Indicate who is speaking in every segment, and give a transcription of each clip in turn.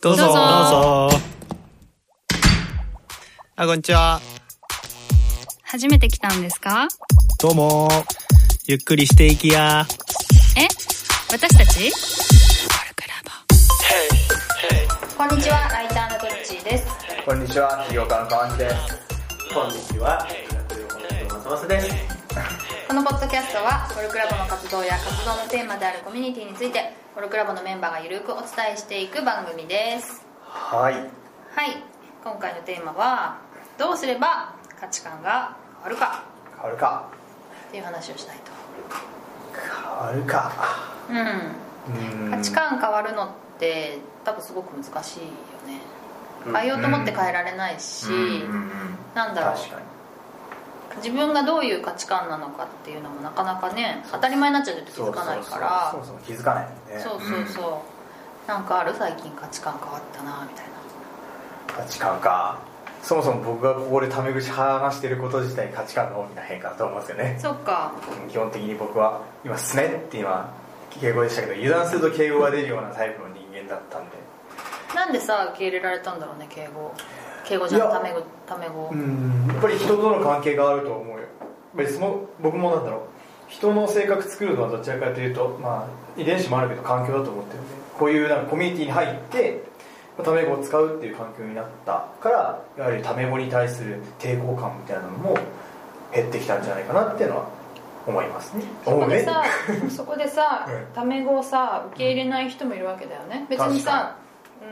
Speaker 1: どうぞ
Speaker 2: どうぞ
Speaker 1: あ、こんにちは。
Speaker 2: 初めて来たんですか
Speaker 1: どうも。ゆっくりしていきや。
Speaker 2: え私たち
Speaker 3: こんにちは、ライターのグッチーです。
Speaker 4: こんにちは、起業家の川西です。こんにちは、です。
Speaker 3: このポッドキャストは、ホルクラボの活動や活動のテーマであるコミュニティについて、ホルクラボのメンバーがゆるくお伝えしていく番組です。
Speaker 4: はい。
Speaker 3: はい、今回のテーマは、どうすれば価値観が変わるか
Speaker 4: 変わるか。
Speaker 3: っていう話をしたいと。
Speaker 4: 変わるか。
Speaker 3: う
Speaker 4: うー
Speaker 3: ん、
Speaker 4: ん
Speaker 3: 価値。観変わるのって、多分すごく難しいよね。変えようと思って変えられないし、
Speaker 4: うんうんうん
Speaker 3: なんだろう
Speaker 4: 確かに。
Speaker 3: 自分がどういう価値観なのかっていうのもなかなかね当たり前になっちゃうと気づかないから
Speaker 4: そうそうそうそもそも気づかないもんね。
Speaker 3: そうそうそう、なんかある最近価値観変わったなみたいな
Speaker 4: うん価値観か。そもそも僕がここでタメ口話してること自体価値観の大きな変化だと思うんですよね。
Speaker 3: そっか
Speaker 4: 基本的に僕は今すねって今敬語でしたけど油断すると敬語が出るようなタイプの人間だったんで。
Speaker 3: なんでさ受け入れられたんだろうね敬語敬語じゃ
Speaker 4: い
Speaker 3: ん
Speaker 4: や
Speaker 3: タメ語タメ語、
Speaker 4: うんやっぱり人との関係があると思うよ別にその僕もなんだろう人の性格作るのはどちらかというとまあ遺伝子もあるけど環境だと思ってるんでこういうなんかコミュニティに入ってまあタメ語を使うっていう環境になったからいわゆるタメ語に対する抵抗感みたいなのも減ってきたんじゃないかなっていうのは思いますね
Speaker 3: そこで
Speaker 4: 思
Speaker 3: さ、 そこでさ
Speaker 4: うん
Speaker 3: タメ語をさ受け入れない人もいるわけだよね別にさ、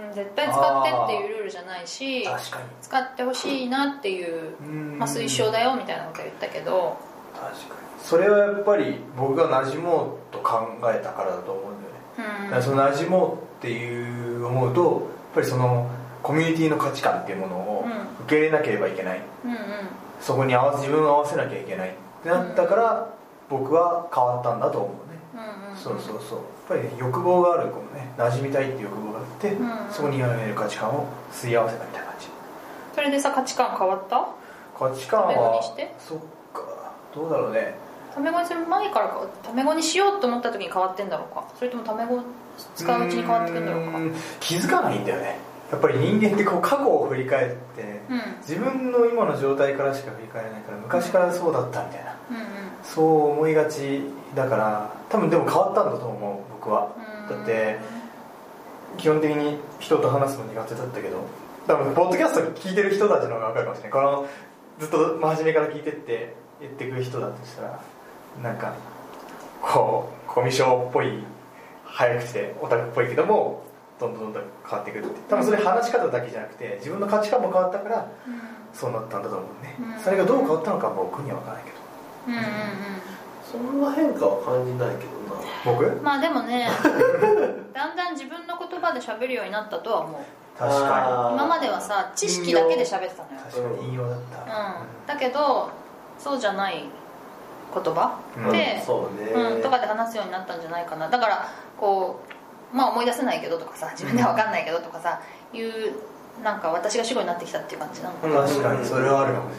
Speaker 3: うん、絶対使ってっていうルールじゃないし
Speaker 4: うね確か
Speaker 3: 使ってほしいなっていう、
Speaker 4: にうん
Speaker 3: まあ、推奨だよみたいなこと言ったけど
Speaker 4: 確かにそれはやっぱり僕が馴染もうと考えたからだと思うんだよね
Speaker 3: うん
Speaker 4: だからその馴染もうっていう思うとやっぱりそのコミュニティの価値観っていうものを
Speaker 3: う
Speaker 4: 受け入れなければいけない、
Speaker 3: うんうん
Speaker 4: そこに合わせ自分を合わせなきゃいけないってなったから、僕は変わったんだと思うね、
Speaker 3: うんうん
Speaker 4: そうそうそうやっぱりね欲望がある子もね馴染みたいっていう欲望があって、
Speaker 3: んうん
Speaker 4: そこにいわゆる価値観を吸い合わせたみたいな感じ
Speaker 3: それでさ価値観変わった
Speaker 4: 価値観
Speaker 3: タメ語に
Speaker 4: は
Speaker 3: して
Speaker 4: そっかどうだろうね
Speaker 3: タメ語にする前からかタメ語にしようと思った時に変わってんだろうかそれともタメ語使ううちに変わってくんだろうか
Speaker 4: ーん気づかないんだよねやっぱり人間ってこう過去を振り返って
Speaker 3: うん
Speaker 4: 自分の今の状態からしか振り返れないから昔からそうだったみたいな
Speaker 3: うん
Speaker 4: そう思いがちだから多分でも変わったんだと思う僕は
Speaker 3: うん
Speaker 4: だって基本的に人と話すの苦手だったけど多分ポッドキャスト聞いてる人たちの方が分かるかもしれないこのずっと真面目から聞いてって言ってく人だとしたらなんかこうコミュ障っぽい早口でオタクっぽいけどもどんどんどんどん変わってくるって多分それ話し方だけじゃなくて自分の価値観も変わったからそうなったんだと思うね、
Speaker 3: うん
Speaker 4: それがどう変わったのかは僕には分からないけど
Speaker 3: うんうんうん
Speaker 5: そんな変化は感じないけどな
Speaker 4: 僕
Speaker 3: うんまあでもねだんだん自分の言葉で喋るようになったとは思う
Speaker 4: 確か
Speaker 5: あー
Speaker 3: 今まではさ知識だけで喋ってたのよ
Speaker 4: に、確かに引用だっ
Speaker 3: う
Speaker 4: た、
Speaker 3: ん、だけどそうじゃない言葉
Speaker 4: うん
Speaker 3: で、
Speaker 5: そうね、
Speaker 3: うん、とかで話すようになったんじゃないかなだからこうまあ思い出せないけどとかさ自分では分かんないけどとかさいうなんか私が主語になってきたっていう感じなのかな、
Speaker 4: 確かにそれはあるかもし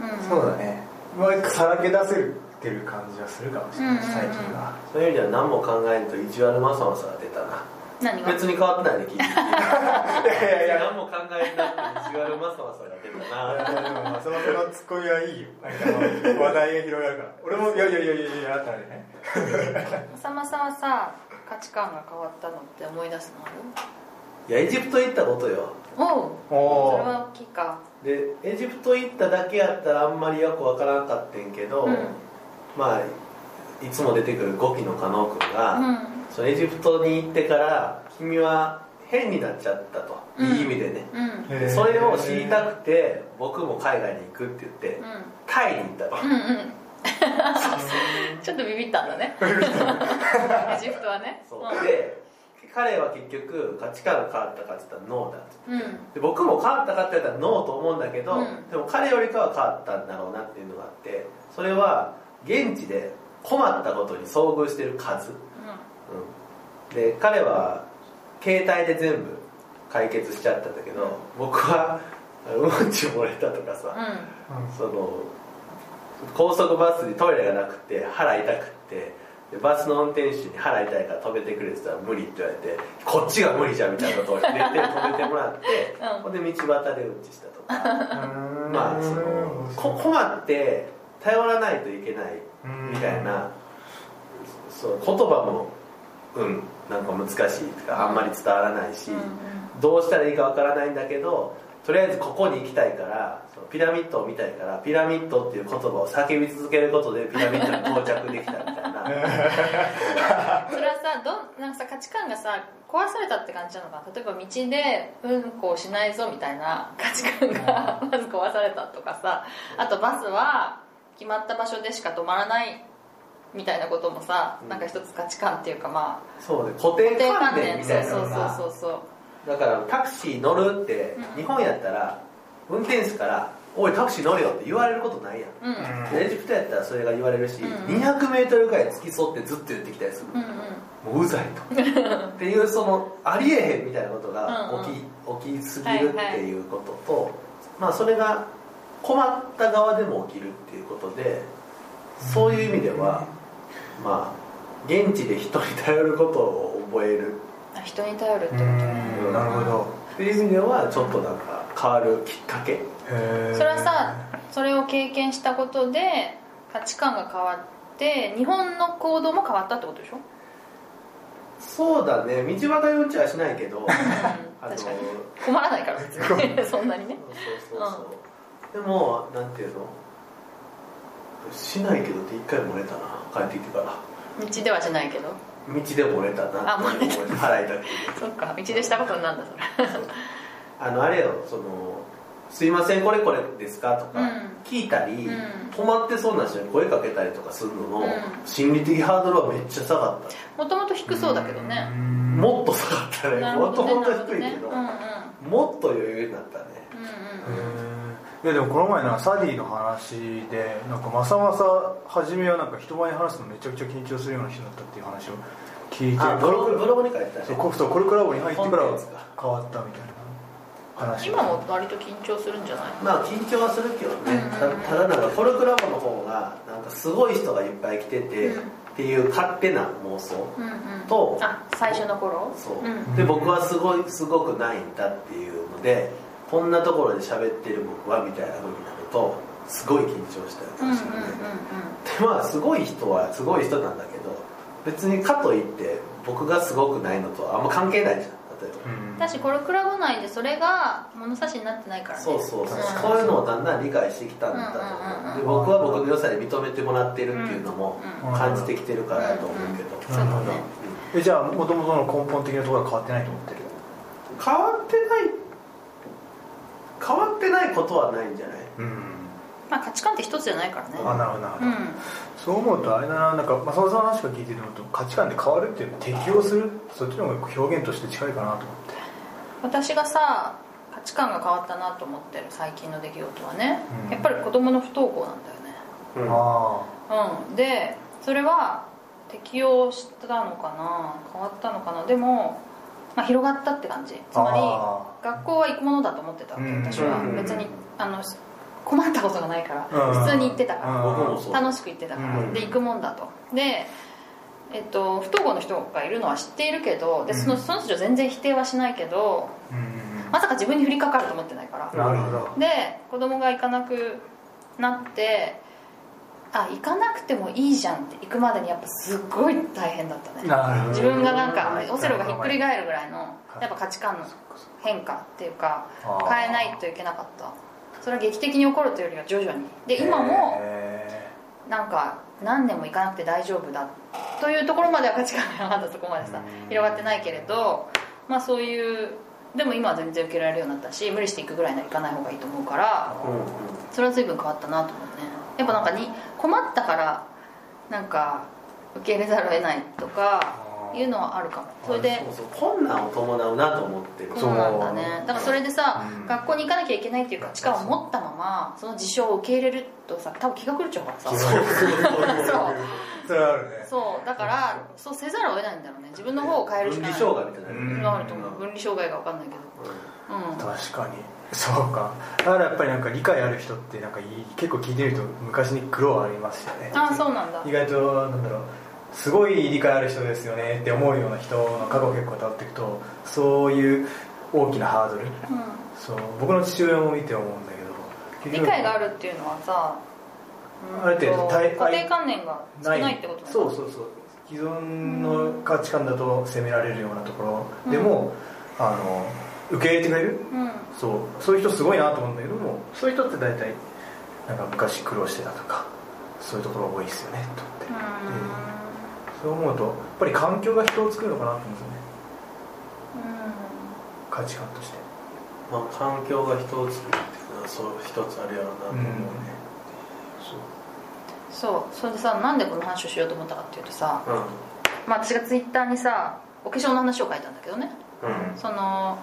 Speaker 4: れない、
Speaker 3: うん
Speaker 4: そうだねうまくさらけ出せるってる感じはするかもしれない、
Speaker 3: うんうんうん
Speaker 4: 最近は
Speaker 5: そういう意味では何も考えんと意地悪マサマサが出たな
Speaker 3: 何が
Speaker 5: 別に変わってないね 聞いてて
Speaker 4: いやいやいや
Speaker 5: 何も考えんなくて意地悪マサマサが出
Speaker 4: い
Speaker 5: たな
Speaker 4: やいやでも松本のツッコミはいいよなんか話題が広がるから俺もいやいやいやいやいやあったらね
Speaker 3: さまさはさ価値観が変わったのって思い出すのある
Speaker 5: いやエジプト行ったことよ
Speaker 3: おう
Speaker 4: お
Speaker 3: そ
Speaker 4: お
Speaker 3: れは大きいか
Speaker 5: でエジプト行っただけやったらあんまりよくわからんかってんけど、
Speaker 3: うん
Speaker 5: まあいつも出てくる五期の加納君が、
Speaker 3: うん
Speaker 5: そのエジプトに行ってから君は変になっちゃったと、
Speaker 3: うん
Speaker 5: いい意味でね
Speaker 3: うん
Speaker 4: ー
Speaker 5: でそれを知りたくて僕も海外に行くって言って、
Speaker 3: う
Speaker 5: タイに行ったと、
Speaker 3: んうんうん ちょっとビビったんだねエジプトはね
Speaker 5: そうで彼は結局価値観が変わったかって言ったらノーだと
Speaker 3: うん
Speaker 5: で僕も変わったかって言ったらノーと思うんだけど、
Speaker 3: うん
Speaker 5: でも彼よりかは変わったんだろうなっていうのがあってそれは現地で困ったことに遭遇してる数、うん、で彼は携帯で全部解決しちゃったんだけど、僕はうんち漏れたとかさ、
Speaker 3: うんうん
Speaker 5: その高速バスにトイレがなくて腹痛くてでバスの運転手に払いたいから止めてくれって言ったら無理って言われてこっちが無理じゃんみたいなことを言って止めてもらって、
Speaker 3: うん
Speaker 5: ほんで道端でうんちしたと か
Speaker 4: ま
Speaker 5: まあそのこ困って頼らないといけないみたいなそう言葉もうんなんか難しいとかあんまり伝わらないし、
Speaker 3: うんうん
Speaker 5: どうしたらいいかわからないんだけどとりあえずここに行きたいからそのピラミッドを見たいからピラミッドっていう言葉を叫び続けることでピラミッドに到着できたみたい な
Speaker 3: それはさどんなんかさ価値観がさ壊されたって感じなのかな例えば道でうんこをしないぞみたいな価値観がまず壊されたとかさあとバスは決まった場所でしか止まらないみたいなこともさ、
Speaker 5: うん
Speaker 3: なんか一つ価値観っていうかまあ
Speaker 5: そうね固定
Speaker 3: 固定
Speaker 5: 観
Speaker 3: 観
Speaker 5: 念
Speaker 3: 念
Speaker 5: み
Speaker 3: そ
Speaker 5: た
Speaker 3: う
Speaker 5: いな
Speaker 3: そ
Speaker 5: の
Speaker 3: うそう
Speaker 5: が
Speaker 3: そうそう
Speaker 5: だからタクシー乗るって
Speaker 3: うん
Speaker 5: 日本やったら運転手から「おいタクシー乗れよ」って言われることないやん
Speaker 3: うんうん
Speaker 5: でエジプトやったらそれが言われるし、
Speaker 3: うん
Speaker 5: 200m ぐらい付き添ってずっと言ってきたりする、
Speaker 3: うん
Speaker 5: もううざいとっていうそのありえへんみたいなことが
Speaker 3: うん
Speaker 5: 起き,、起きすぎるっていうことと、まあそれが困った側でも起きるっていうことでそういう意味では、まあ現地で人に頼ることを覚える
Speaker 3: あ人に頼るってこと
Speaker 4: うんなるほど
Speaker 5: っていう意味ではちょっとなんか変わるきっかけ
Speaker 4: へー
Speaker 3: それはさそれを経験したことで価値観が変わって日本の行動も変わったってことでしょ、
Speaker 5: そうだね道端でうんちはしないけどあの
Speaker 3: 確かに困らないから別にそんなにね
Speaker 5: そうそうそう、でもなんていうのしないけどって一回漏れたな帰ってきてから
Speaker 3: 道ではしないけど
Speaker 5: 道で漏れたな
Speaker 3: あ漏れた
Speaker 5: 払いたくて
Speaker 3: そっか道でしたことになんだそれ
Speaker 5: あのあれよその「すいませんこれこれですか?」とか
Speaker 3: うん
Speaker 5: 聞いたり、
Speaker 3: うん
Speaker 5: 止まってそうな人に声かけたりとかするのの、
Speaker 3: うん
Speaker 5: 心理的ハードルはめっちゃ下がった
Speaker 3: もともと低そうだけどね
Speaker 5: もっと下がったね
Speaker 3: なる
Speaker 5: も
Speaker 3: ほ
Speaker 5: っと
Speaker 3: どね
Speaker 5: もっと低いけど、
Speaker 3: なる
Speaker 5: もっと余裕になったね
Speaker 3: ほどね
Speaker 4: へーいやでもこの前なんかサディの話でなんかまさまさ初めはなんか人前に話すのめちゃくちゃ緊張するような人だったっていう話を聞いて
Speaker 5: あブログブ
Speaker 4: コ
Speaker 5: ログに書いてた
Speaker 4: そう
Speaker 5: ね
Speaker 4: コそうコルクラボに入ってから
Speaker 5: コンテンツが
Speaker 4: 変わったみたいな
Speaker 3: うんうん
Speaker 4: 話を
Speaker 3: 今も割と緊張するんじゃない
Speaker 5: まあ緊張はするけどね、
Speaker 3: うん
Speaker 5: たただなんかコルクラボの方がなんかすごい人がいっぱい来てて、
Speaker 3: うん
Speaker 5: っていう勝手な妄想、
Speaker 3: うんうん
Speaker 5: と
Speaker 3: あ最初の頃
Speaker 5: そう、
Speaker 3: うん
Speaker 5: で僕はすごいすごくないんだっていうのでこんなところで喋ってる僕はみたいなふうになるとすごい緊張したよ
Speaker 3: うんうんうん
Speaker 5: 確かにね、でまあすごい人はすごい人なんだけど別にかといって僕がすごくないのとはあんま関係ないじゃん例えば、
Speaker 4: うん
Speaker 3: だしこれクラブ内でそれが物差しになってないからね
Speaker 5: そうそうそう、
Speaker 4: 確かに
Speaker 5: こういうのをだんだん理解してきたんだと思う、で僕は僕の良さで認めてもらってるっていうのも
Speaker 4: うん
Speaker 5: 感じてきてるからだと思うけど、
Speaker 3: うん
Speaker 4: なるほど
Speaker 5: う
Speaker 4: え
Speaker 5: ん
Speaker 4: じゃあもともとの根本的なところは変わってないと思ってる
Speaker 5: 変わってない変わってないことはないんじゃない
Speaker 4: うん
Speaker 3: まあ価値観って一つじゃないからね
Speaker 4: あなるほどなるほど
Speaker 3: うん
Speaker 4: そう思うとあれだななんかまあさまさんの話を聞いてるのと価値観で変わるっていうのは適応するそっちの方が表現として近いかなと思って
Speaker 3: 私がさ価値観が変わったなと思ってる最近の出来事はね、
Speaker 4: うん
Speaker 3: やっぱり子供の不登校なんだよね
Speaker 4: あ
Speaker 3: うん、でそれは適用したのかな変わったのかなでも、まあ、広がったって感じつま
Speaker 4: あ
Speaker 3: り学校は行くものだと思ってたわけ
Speaker 4: うん
Speaker 3: 私は
Speaker 5: うん
Speaker 3: 別にあの困ったことがないから
Speaker 4: うん
Speaker 3: 普通に行ってた
Speaker 4: う
Speaker 3: か
Speaker 4: ん
Speaker 5: 僕もそう
Speaker 3: ら楽しく行ってたか
Speaker 4: う
Speaker 3: ら
Speaker 4: ん
Speaker 3: で行くもんだとで、えっと、不登校の人がいるのは知っているけどでその
Speaker 4: うん
Speaker 3: その人全然否定はしないけど
Speaker 4: あうん
Speaker 3: まさか自分に降りかかると思ってないから
Speaker 4: なるほど
Speaker 3: で子供が行かなくなってあ行かなくてもいいじゃんって行くまでにやっぱすごい大変だったね
Speaker 4: なるほど
Speaker 3: 自分がなん
Speaker 4: な
Speaker 3: か
Speaker 4: るほど
Speaker 3: オセロがひっくり返るぐらいの
Speaker 4: い
Speaker 3: やっぱ価値観の変化っていうか
Speaker 4: あー
Speaker 3: 変えないといけなかったそれは劇的に起こるというよりは徐々にで今も
Speaker 4: へ
Speaker 3: なんか何年も行かなくて大丈夫だというところまでは価値観がなかったそこまでさ
Speaker 4: うん
Speaker 3: 広がってないけれどまあそういうでも今は全然受けられるようになったし無理して行くぐらいなら行かない方がいいと思うからそれは随分変わったなと思うねやっぱなんかに困ったからなんか受け入れざるを得ないとか
Speaker 4: あー
Speaker 3: いうのはあるかもそれで
Speaker 5: そうそう困難を伴うなと思ってる
Speaker 3: そうなんだね
Speaker 4: そう
Speaker 3: だからそれでさ、
Speaker 4: うん
Speaker 3: 学校に行かなきゃいけないっていう価値観を持ったままその事象を受け入れるとさ多分気が狂っちゃうからさそう
Speaker 4: それはあるね
Speaker 3: そうだからそうせざるを得ないんだろうね自分の方を変えるし
Speaker 5: 分
Speaker 3: かな
Speaker 5: 離
Speaker 3: い
Speaker 5: 障害みたいな、
Speaker 4: う
Speaker 3: 分
Speaker 4: ん
Speaker 3: 離あると思う分離障害が分かんないけどうん
Speaker 4: 確かにそうかだからやっぱりなんか理解ある人ってなんかいい結構聞いてみると昔に苦労ありますよね
Speaker 3: ああそうなんだ
Speaker 4: 意外となんだろうすごい理解ある人ですよねって思うような人の過去結構たっていくとそういう大きなハードル
Speaker 3: う
Speaker 4: そう僕の父親も見て思うんだけ
Speaker 3: ん、
Speaker 4: ど
Speaker 3: 理解があるっていうのはさうん
Speaker 4: ある程度大
Speaker 3: 固定観念が少ないってことだね
Speaker 4: そうそうそう既存の価値観だと責められるようなとこ
Speaker 3: うん
Speaker 4: ろでも、あの受け入れてくれる
Speaker 3: うん
Speaker 4: そうそういう人すごいなと思うんだけどもそういう人って大体なんか昔苦労してたとかそういうところが多いですよねと思って、そう思うとやっぱり環境が人を作るのかなと思うんですよね価値観として
Speaker 5: まあ、環境が人を作るっていうのはそう一つあるやろうなと思うね、
Speaker 3: そうそれでさなんでこの話をしようと思ったかっていうとさ、
Speaker 5: うん
Speaker 3: まあ、私がツイッターにさお化粧の話を書いたんだけどね
Speaker 5: うん
Speaker 3: その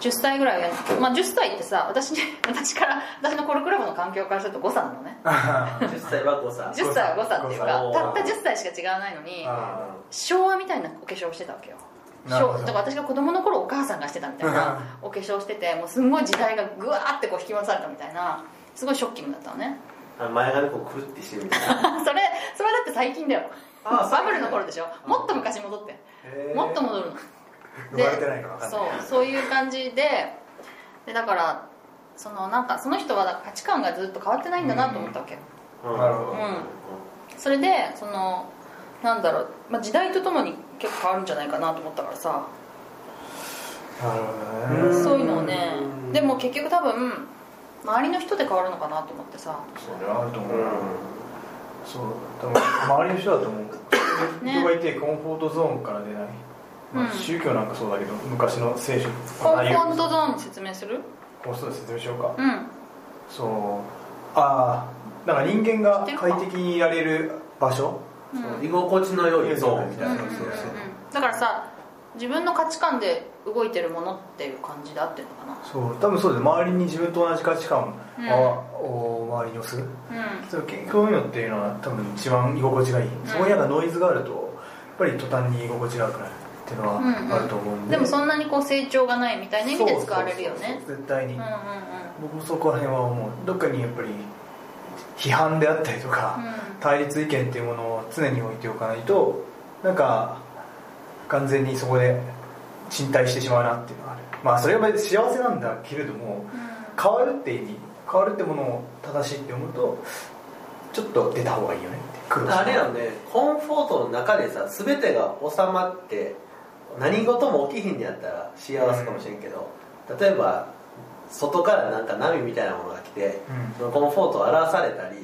Speaker 3: 10歳ぐらいが、まあ、10歳ってさ私に 私から私のコルクラブの環境からすると誤差なのね
Speaker 5: 10歳は5歳
Speaker 3: 10歳は誤差っていうか
Speaker 5: 誤差
Speaker 3: たった10歳しか違わないのに
Speaker 4: あ
Speaker 3: 昭和みたいなお化粧をしてたわけよ
Speaker 4: なるほど
Speaker 3: 昭だから私が子供の頃お母さんがしてたみたいなお化粧しててもうすんごい時代がぐわーってこう引き戻されたみたいなすごいショッキングだったのね
Speaker 5: あ前髪こうくるってしてるみたいな
Speaker 3: それそれだって最近だよ
Speaker 5: あ
Speaker 3: バブルの頃でしょもっと昔戻って もっと戻るの
Speaker 4: 生まれてないから分かんない
Speaker 3: そうそういう感じででだからそのなんかその人はだから価値観がずっと変わってないんだなと思ったわけ、
Speaker 5: うん
Speaker 4: なるほど
Speaker 5: うん
Speaker 3: それでそのなんだろう、まあ、時代とともに結構変わるんじゃないかなと思ったからさ
Speaker 4: なるほど
Speaker 5: う
Speaker 4: ね
Speaker 5: ん
Speaker 3: そういうのをね
Speaker 5: うん
Speaker 3: でも結局多分周りの人で変わるのかなと思ってさ
Speaker 4: それはあると思う、
Speaker 5: う
Speaker 4: そう多分周りの人だと思う、
Speaker 3: ね
Speaker 4: 人がいてコンフォートゾーンから出ない、まあ
Speaker 3: うん
Speaker 4: 宗教なんかそうだけど昔の聖書
Speaker 3: コンフォートゾーン説明する
Speaker 4: コンフォートゾーン説明しようか
Speaker 3: うんうん
Speaker 4: そうああなんか人間が
Speaker 3: 知ってるか
Speaker 4: 快適にいられる場所
Speaker 3: うん
Speaker 5: んそう居心地の良いゾーンみたいな
Speaker 3: うんうんうん
Speaker 5: そうそう
Speaker 3: だからさ自分の価値観で動いてるものっていう感じで合ってるのかな
Speaker 4: そう多分そうです周りに自分と同じ価値観
Speaker 3: うん
Speaker 4: を、周りに押す
Speaker 3: うん
Speaker 4: そう結構いうのっていうのは多分一番居心地がいい、そこになんかノイズがあるとやっぱり途端に居心地が悪くなるっていうのはあると思うんで、
Speaker 3: でもそんなにこう成長がないみたいな意味で使われるよね
Speaker 4: そうそうそう絶対に、
Speaker 3: うんうんうん
Speaker 4: 僕もそこら辺は思うどっかにやっぱり批判であったりとか、対立意見っていうものを常に置いておかないとなんか完全にそこで沈滞してしまうなっていうのはあるまあそれが幸せなんだけれども
Speaker 3: う
Speaker 4: 変わるって意味変わるってものを正しいって思うとちょっと出た方がいいよねって苦労
Speaker 5: んあれやんねコンフォートの中でさ全てが収まって何事も起きひんにやったら幸せかもしれんけど、例えば外からなんか波みたいなものが来て、
Speaker 4: うん
Speaker 5: そのコンフォートを表されたり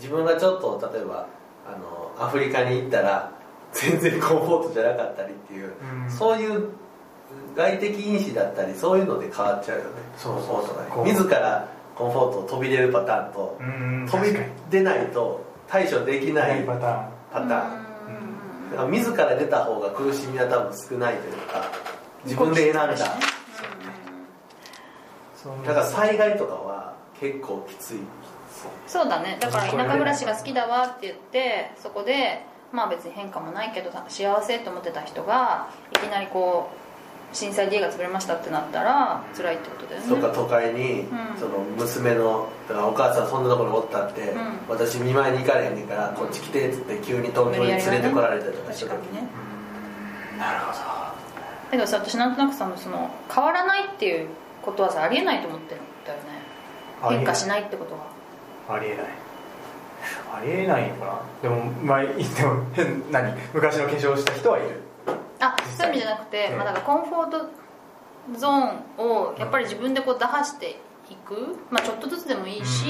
Speaker 5: 自分がちょっと例えばあのアフリカに行ったら全然コンフォートじゃなかったりっていう、
Speaker 4: うん
Speaker 5: そういう外的因子だったりそういうので変わっちゃうよね
Speaker 4: そう
Speaker 5: コンフォート
Speaker 4: こ
Speaker 5: が
Speaker 4: う
Speaker 5: ね自らコンフォートを飛び出るパターンと、
Speaker 4: うん
Speaker 5: 飛び出ないと対処できない
Speaker 4: パ
Speaker 5: パ
Speaker 4: ターン
Speaker 5: ターン、
Speaker 3: ん
Speaker 5: だから自ら出た方が苦しみは多分少ないというか自分で選んだだ
Speaker 4: そう
Speaker 5: から災害とかは結構きつい
Speaker 3: そうだねだから田舎暮らしが好きだわって言ってそこでまあ別に変化もないけど幸せと思ってた人がいきなりこう震災で家が潰れましたってなったら辛いってことだよね
Speaker 5: とか都会に、
Speaker 3: ん
Speaker 5: その娘のだからお母さんそんなところにおったって、
Speaker 3: ん
Speaker 5: 私見舞いに行かれへんねんからこっち来てっつって急に東京に連れてこられたりとかした
Speaker 3: 確
Speaker 5: 時
Speaker 3: かにね
Speaker 5: なるほ
Speaker 3: だけどさ私なんとなくさその変わらないっていうことはさありえないと思ってるんだよね変化しないってことが
Speaker 4: ありえないありえないのかなでも前言っても変何昔の化粧をした人はいる
Speaker 3: あそういう意味じゃなくて、
Speaker 4: うん
Speaker 3: まあ、だからコンフォートゾーンをやっぱり自分でこう打破していく、まあ、ちょっとずつでもいいし、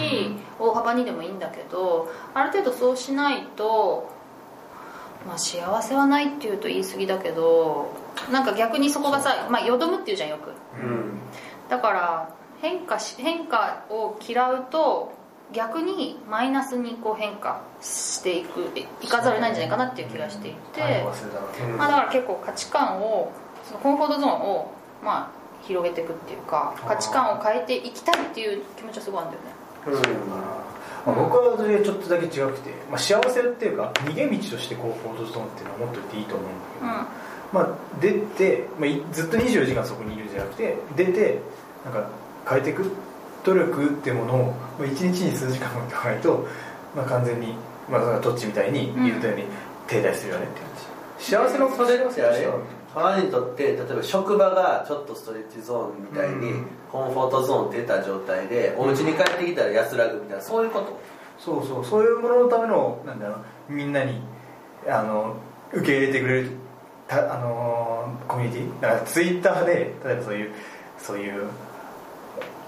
Speaker 3: 大幅にでもいいんだけどある程度そうしないと、まあ、幸せはないっていうと言い過ぎだけどなんか逆にそこがさ、まあ、よどむっていうじゃんよく
Speaker 5: ど、うん
Speaker 3: だから変化し変化を嫌うと逆にマイナスにこう変化していくいかざるを得ないんじゃないかなっていう気がしていて、
Speaker 4: はい忘れたわ
Speaker 5: うん
Speaker 3: まあ、だから結構価値観をそのコンフォートゾーンを、まあ、広げていくっていうか価値観を変えていきたいっていう気持ちはすごいあるんだよね
Speaker 5: うん
Speaker 4: まあ、僕はそれちょっとだけ違くて、まあ、幸せっていうか逃げ道としてコンフォートゾーンっていうのは持っといていいと思うんだけど、まあ、出て、まあい、ずっと24時間そこにいるじゃなくて出てなんか変えていく努力っていうものを、まあ、1日に数時間もかないと、まあ、完全に、まあ、そのどっちみたいに言ったように、停滞するよねって感じ
Speaker 5: 幸せのそれってあ
Speaker 4: 幸
Speaker 5: れ
Speaker 4: せ
Speaker 5: よ彼にとって例えば職場がちょっとストレッチゾーンみたいに、
Speaker 4: うん
Speaker 5: コンフォートゾーン出た状態でお家に帰ってきたら安らぐみたいなそういうこと
Speaker 4: そうそうそういうもののためのなんだろうみんなにあの受け入れてくれるたあのーコミュニティだからツイッターで例えばそういうそういう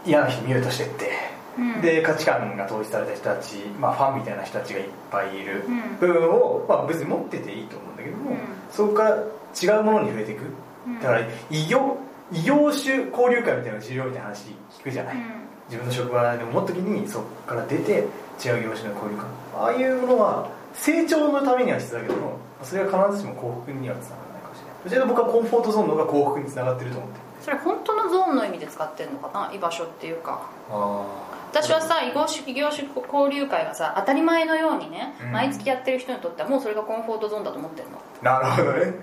Speaker 4: 嫌な人ミュートしてって、
Speaker 2: うん
Speaker 4: で価値観が統一された人たち、まあ、ファンみたいな人たちがいっぱいいる
Speaker 2: うん
Speaker 4: 部分を、まあ、別に持ってていいと思うんだけども、
Speaker 2: うん
Speaker 4: そこから違うものに触れていく
Speaker 2: うん
Speaker 4: だから異業異業種交流会みたいなの重要みたいな話聞くじゃない、
Speaker 2: う
Speaker 4: 自分の職場で思った時にそこから出て違う業種の交流感ああいうものは成長のためには必要だけどもそれは必ずしも幸福にはつながらないかもしれないどちらかというと僕はコンフォートゾーンの方が幸福につながってると思ってる
Speaker 3: それ本当のゾーンの意味で使ってんのかな居場所っていうか
Speaker 4: あ
Speaker 3: 私はさ異業種異業種交流会がさ当たり前のようにね、
Speaker 4: うん
Speaker 3: 毎月やってる人にとってはもうそれがコンフォートゾーンだと思ってるの
Speaker 4: なるほどね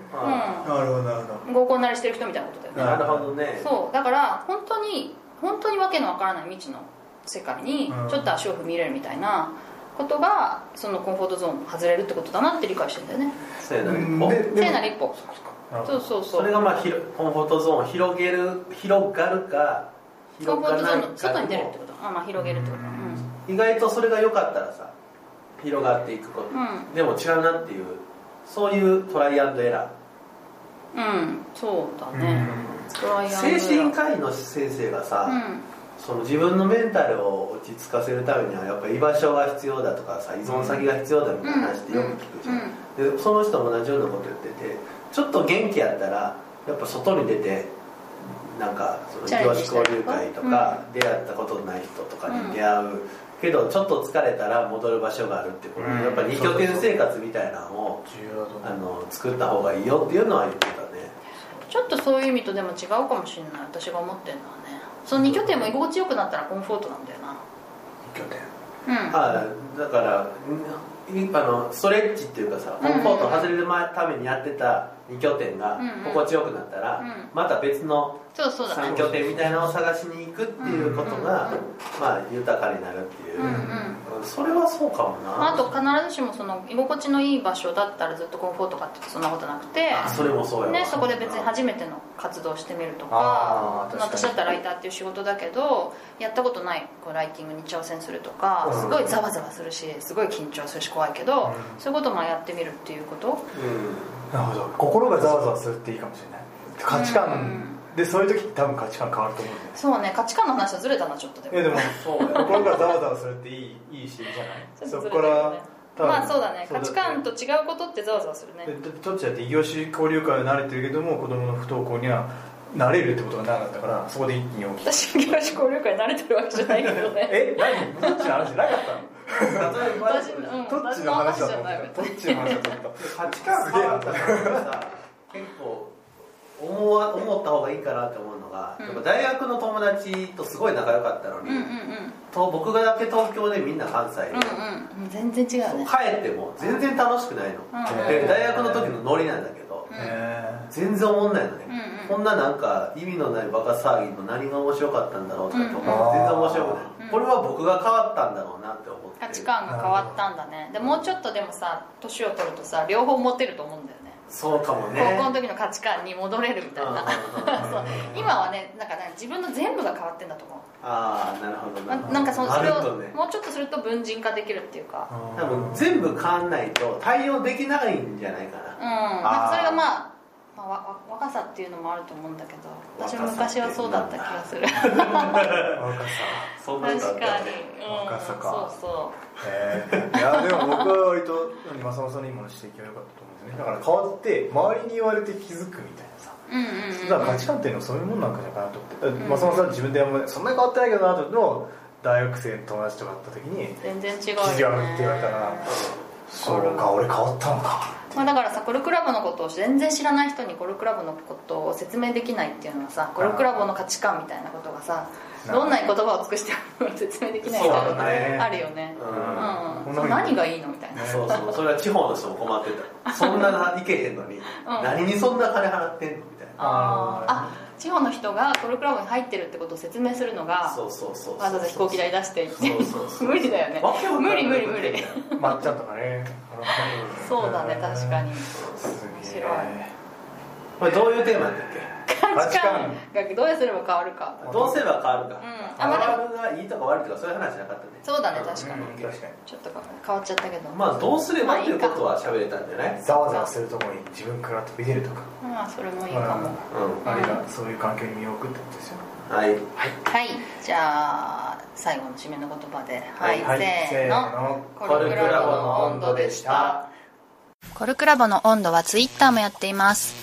Speaker 3: う
Speaker 4: なるほどなるほど
Speaker 3: ん合コン慣れしてる人みたいなことだよね
Speaker 5: なるほどね
Speaker 3: そうだから本当に本当にわけのわからない未知の世界に
Speaker 4: うん
Speaker 3: ちょっと足を踏み入れるみたいなことがそのコンフォートゾーンを外れるってことだなって理解してんだよね
Speaker 5: そうやな
Speaker 4: うん
Speaker 5: お
Speaker 4: で
Speaker 3: 聖なる一歩
Speaker 4: なるほ
Speaker 3: そう
Speaker 4: ど
Speaker 3: そう
Speaker 5: そ
Speaker 3: そ
Speaker 5: れ
Speaker 3: う
Speaker 5: がまあひろコンフォートゾーンを広げる広がるか
Speaker 3: コンフ
Speaker 5: 広
Speaker 3: ォート
Speaker 5: が
Speaker 3: ゾ
Speaker 5: な
Speaker 3: ー
Speaker 5: い
Speaker 3: ン
Speaker 5: か
Speaker 3: の外に出るってこととあ、まあ、広げるってことだうん
Speaker 5: 意外とそれが良かったらさ広がっていくこと、
Speaker 3: うん
Speaker 5: でも違うなっていうそういうトライアンドエラ
Speaker 3: うんそうだ
Speaker 4: う
Speaker 3: ね
Speaker 4: ん
Speaker 3: トラ
Speaker 5: ー
Speaker 3: イアンドエラー
Speaker 5: 精神科医の先生がさ、その自分のメンタルを落ち着かせるためにはやっぱ居場所が必要だとかさ依存先が必要だみたいな話ってよく聞くじゃん、でその人も同じようなこと言っててちょっと元気やったらやっぱ外に出てなんかその
Speaker 3: チャレンジ
Speaker 5: 異業種交流会とか、出会ったことない人とかに出会う、けどちょっと疲れたら戻る場所があるってこれ、
Speaker 4: うん
Speaker 5: やっぱ二拠点生活みたいなのを
Speaker 4: 重要だと思
Speaker 5: あ
Speaker 4: う
Speaker 5: の作った方がいいよっていうのは言ってたね
Speaker 3: うんちょっとそういう意味とでも違うかもしれない私が思ってるのはねその2拠点も居心地よくなったらコンフォートなんだよな
Speaker 4: 一拠点
Speaker 3: うん
Speaker 5: ああだからんあのストレッチっていうかさ
Speaker 3: うん
Speaker 5: コンフォートを外れるためにやってた2拠点が
Speaker 3: うんうん
Speaker 5: 心地よくなったら、
Speaker 3: うん
Speaker 5: また別の
Speaker 3: そうそうだね
Speaker 5: 3拠点みたいなのを探しに行くっていうことが、
Speaker 3: うんうん
Speaker 5: まあ、豊かになるっていう、
Speaker 3: うんうん
Speaker 5: それはそうかもな
Speaker 3: まあ、あと必ずしもその居心地のいい場所だったらずっとコンフォートかってそんなことなくて
Speaker 5: あそれもそうやわ
Speaker 3: ね、そこで別に初めての活動をしてみると
Speaker 4: あ
Speaker 3: か
Speaker 4: ー確かに
Speaker 3: まあ私だったらライターっていう仕事だけどやったことないこうライティングに挑戦するとか
Speaker 4: うん
Speaker 3: すごいざわざわするしすごい緊張するし怖いけど
Speaker 4: うん
Speaker 3: そういうこともやってみるっていうこと
Speaker 5: う
Speaker 4: なるほど心がざわざわするっていいかもしれない価値観でそういう時って多分価値観変わると思うんだよね
Speaker 3: そうね価値観の話はずれたなちょっとで
Speaker 4: いや
Speaker 3: も
Speaker 4: でも
Speaker 5: そうや
Speaker 4: 心がざわざわするっていいいいしいいじゃない
Speaker 3: ちょっ
Speaker 4: そ
Speaker 3: と ず
Speaker 4: こ
Speaker 3: れてる
Speaker 4: から
Speaker 3: よね
Speaker 4: 多分
Speaker 3: まあそうだね
Speaker 4: そ
Speaker 3: 価値観と違うことってざわざわするね
Speaker 4: でだってどっちだって異業種交流会は慣れてるけども子供の不登校にはなれるってことがなかったからそこで一気に大きい
Speaker 3: 私業種交流会慣れてるわけじゃないけどね
Speaker 4: え何どっちの話じゃなかったの
Speaker 5: ん例えば
Speaker 3: 私うん
Speaker 4: どっち
Speaker 3: 私の
Speaker 4: の話だと
Speaker 3: 話じゃ
Speaker 4: 思っ
Speaker 3: ない
Speaker 4: たどっちの話だと思 った
Speaker 5: 価値観変わったからさ結構思わ思った方がいいかなって思うのが、
Speaker 3: うん
Speaker 5: やっぱ大学の友達とすごい仲良かったの
Speaker 3: う
Speaker 5: に、
Speaker 3: んうんうん
Speaker 5: と僕がだけ東京でみんな関西で、
Speaker 3: うんうん全然違うね
Speaker 5: 帰っても全然楽しくないの、
Speaker 3: うん
Speaker 5: で大学の時のノリなんだけど、
Speaker 3: うん
Speaker 4: え
Speaker 5: 全然思んないのね、
Speaker 3: うん
Speaker 5: こんななんか意味のないバカ騒ぎの何が面白かったんだろうとかって
Speaker 4: う
Speaker 5: 思う
Speaker 4: ん
Speaker 5: 全然面白くない、
Speaker 3: うん
Speaker 5: これは僕が変わったんだろうなって思って
Speaker 3: 価値観が変わったんだねでもうちょっとでもさ年を取るとさ両方持てると思うんだよね
Speaker 5: そうかもね
Speaker 3: 高校の時の価値観に戻れるみたいな
Speaker 5: あ
Speaker 3: そう今はねなんかね自分の全部が変わってんだと思う
Speaker 5: あーなるほど
Speaker 3: な
Speaker 5: な
Speaker 3: なんかそのそ
Speaker 5: ま
Speaker 3: れ
Speaker 5: るっ
Speaker 3: を
Speaker 5: とね
Speaker 3: もうちょっとすると文人化できるっていうか
Speaker 4: ー
Speaker 5: 多分全部変わんないと対応できないんじゃないか
Speaker 3: うん
Speaker 5: な、
Speaker 3: なんかそれがまあまあ、わわ若さっていうのもあると思うんだけど私も昔はそうだった気がする
Speaker 4: 若さ
Speaker 5: そんな
Speaker 3: 確
Speaker 5: ことあ
Speaker 3: か
Speaker 5: っ
Speaker 3: に
Speaker 5: た、
Speaker 3: うん、
Speaker 4: 若さ
Speaker 3: そ
Speaker 4: か
Speaker 3: うそ
Speaker 4: えー いやでも僕は割と正雄さんの今の指摘は良かったと思うんですよねだから変わって周りに言われて気づくみたいなさ
Speaker 3: ううんうん、うん、
Speaker 4: だから価値観っていうのはそういうもんなんかじゃないかなと思って、
Speaker 3: ん
Speaker 4: まあ、そのさん自分であんまりそんなに変わってないけどなと思っても大学生の友達とか会った時に
Speaker 3: 全然違うよね
Speaker 4: 違うって言われたらそうか俺変わったのか
Speaker 3: まあ、だからさコルクラボのことを全然知らない人にコルクラボのことを説明できないっていうのはさコルクラボの価値観みたいなことがさどんなに言葉を尽くしても説明できないみたいなことがあるよね
Speaker 5: う
Speaker 3: うん
Speaker 4: だね
Speaker 3: ん、
Speaker 4: こんなふう
Speaker 3: 何
Speaker 4: に
Speaker 3: がいいのみたいな
Speaker 5: そうそうそれは地方の人も困ってたそんなないけへんのに、何にそんな金払ってんのみたいな
Speaker 4: あ
Speaker 3: あ
Speaker 4: ー
Speaker 3: あ地方の人がコルクラボに入ってるってことを説明するのが
Speaker 5: そうそうそうそう
Speaker 3: わざわざ飛行機代出していって
Speaker 5: そうそうそう
Speaker 3: 無理だよね
Speaker 5: わけわかんない
Speaker 3: 無理無理無理
Speaker 4: まっちゃんとかねあの
Speaker 3: そうだね確かに
Speaker 4: すげえ
Speaker 5: これどういうテーマだったっけ
Speaker 3: 価値観がどうすれば変わるか
Speaker 5: どうすれば変わるか、
Speaker 3: うんあ
Speaker 5: 変
Speaker 3: まあでも
Speaker 5: わるがいいとか悪いとかそういう話なかったね
Speaker 3: そうだね確かに
Speaker 4: うん確かに
Speaker 3: ちょっと変わっちゃったけど
Speaker 5: まあどうすればっていうことは喋れたんじゃない
Speaker 4: ざわざわするところに自分から飛び出るとか
Speaker 3: まあそれもいいかも
Speaker 5: うん
Speaker 4: あるいはそういう環境に身を置くってことですよね
Speaker 5: はい
Speaker 3: はいじゃあ最後の締めの言葉ではい、
Speaker 4: はい
Speaker 3: せーの
Speaker 4: せーの
Speaker 5: コルクラボの温度でした
Speaker 2: コルクラボの温度はツイッターもやっています。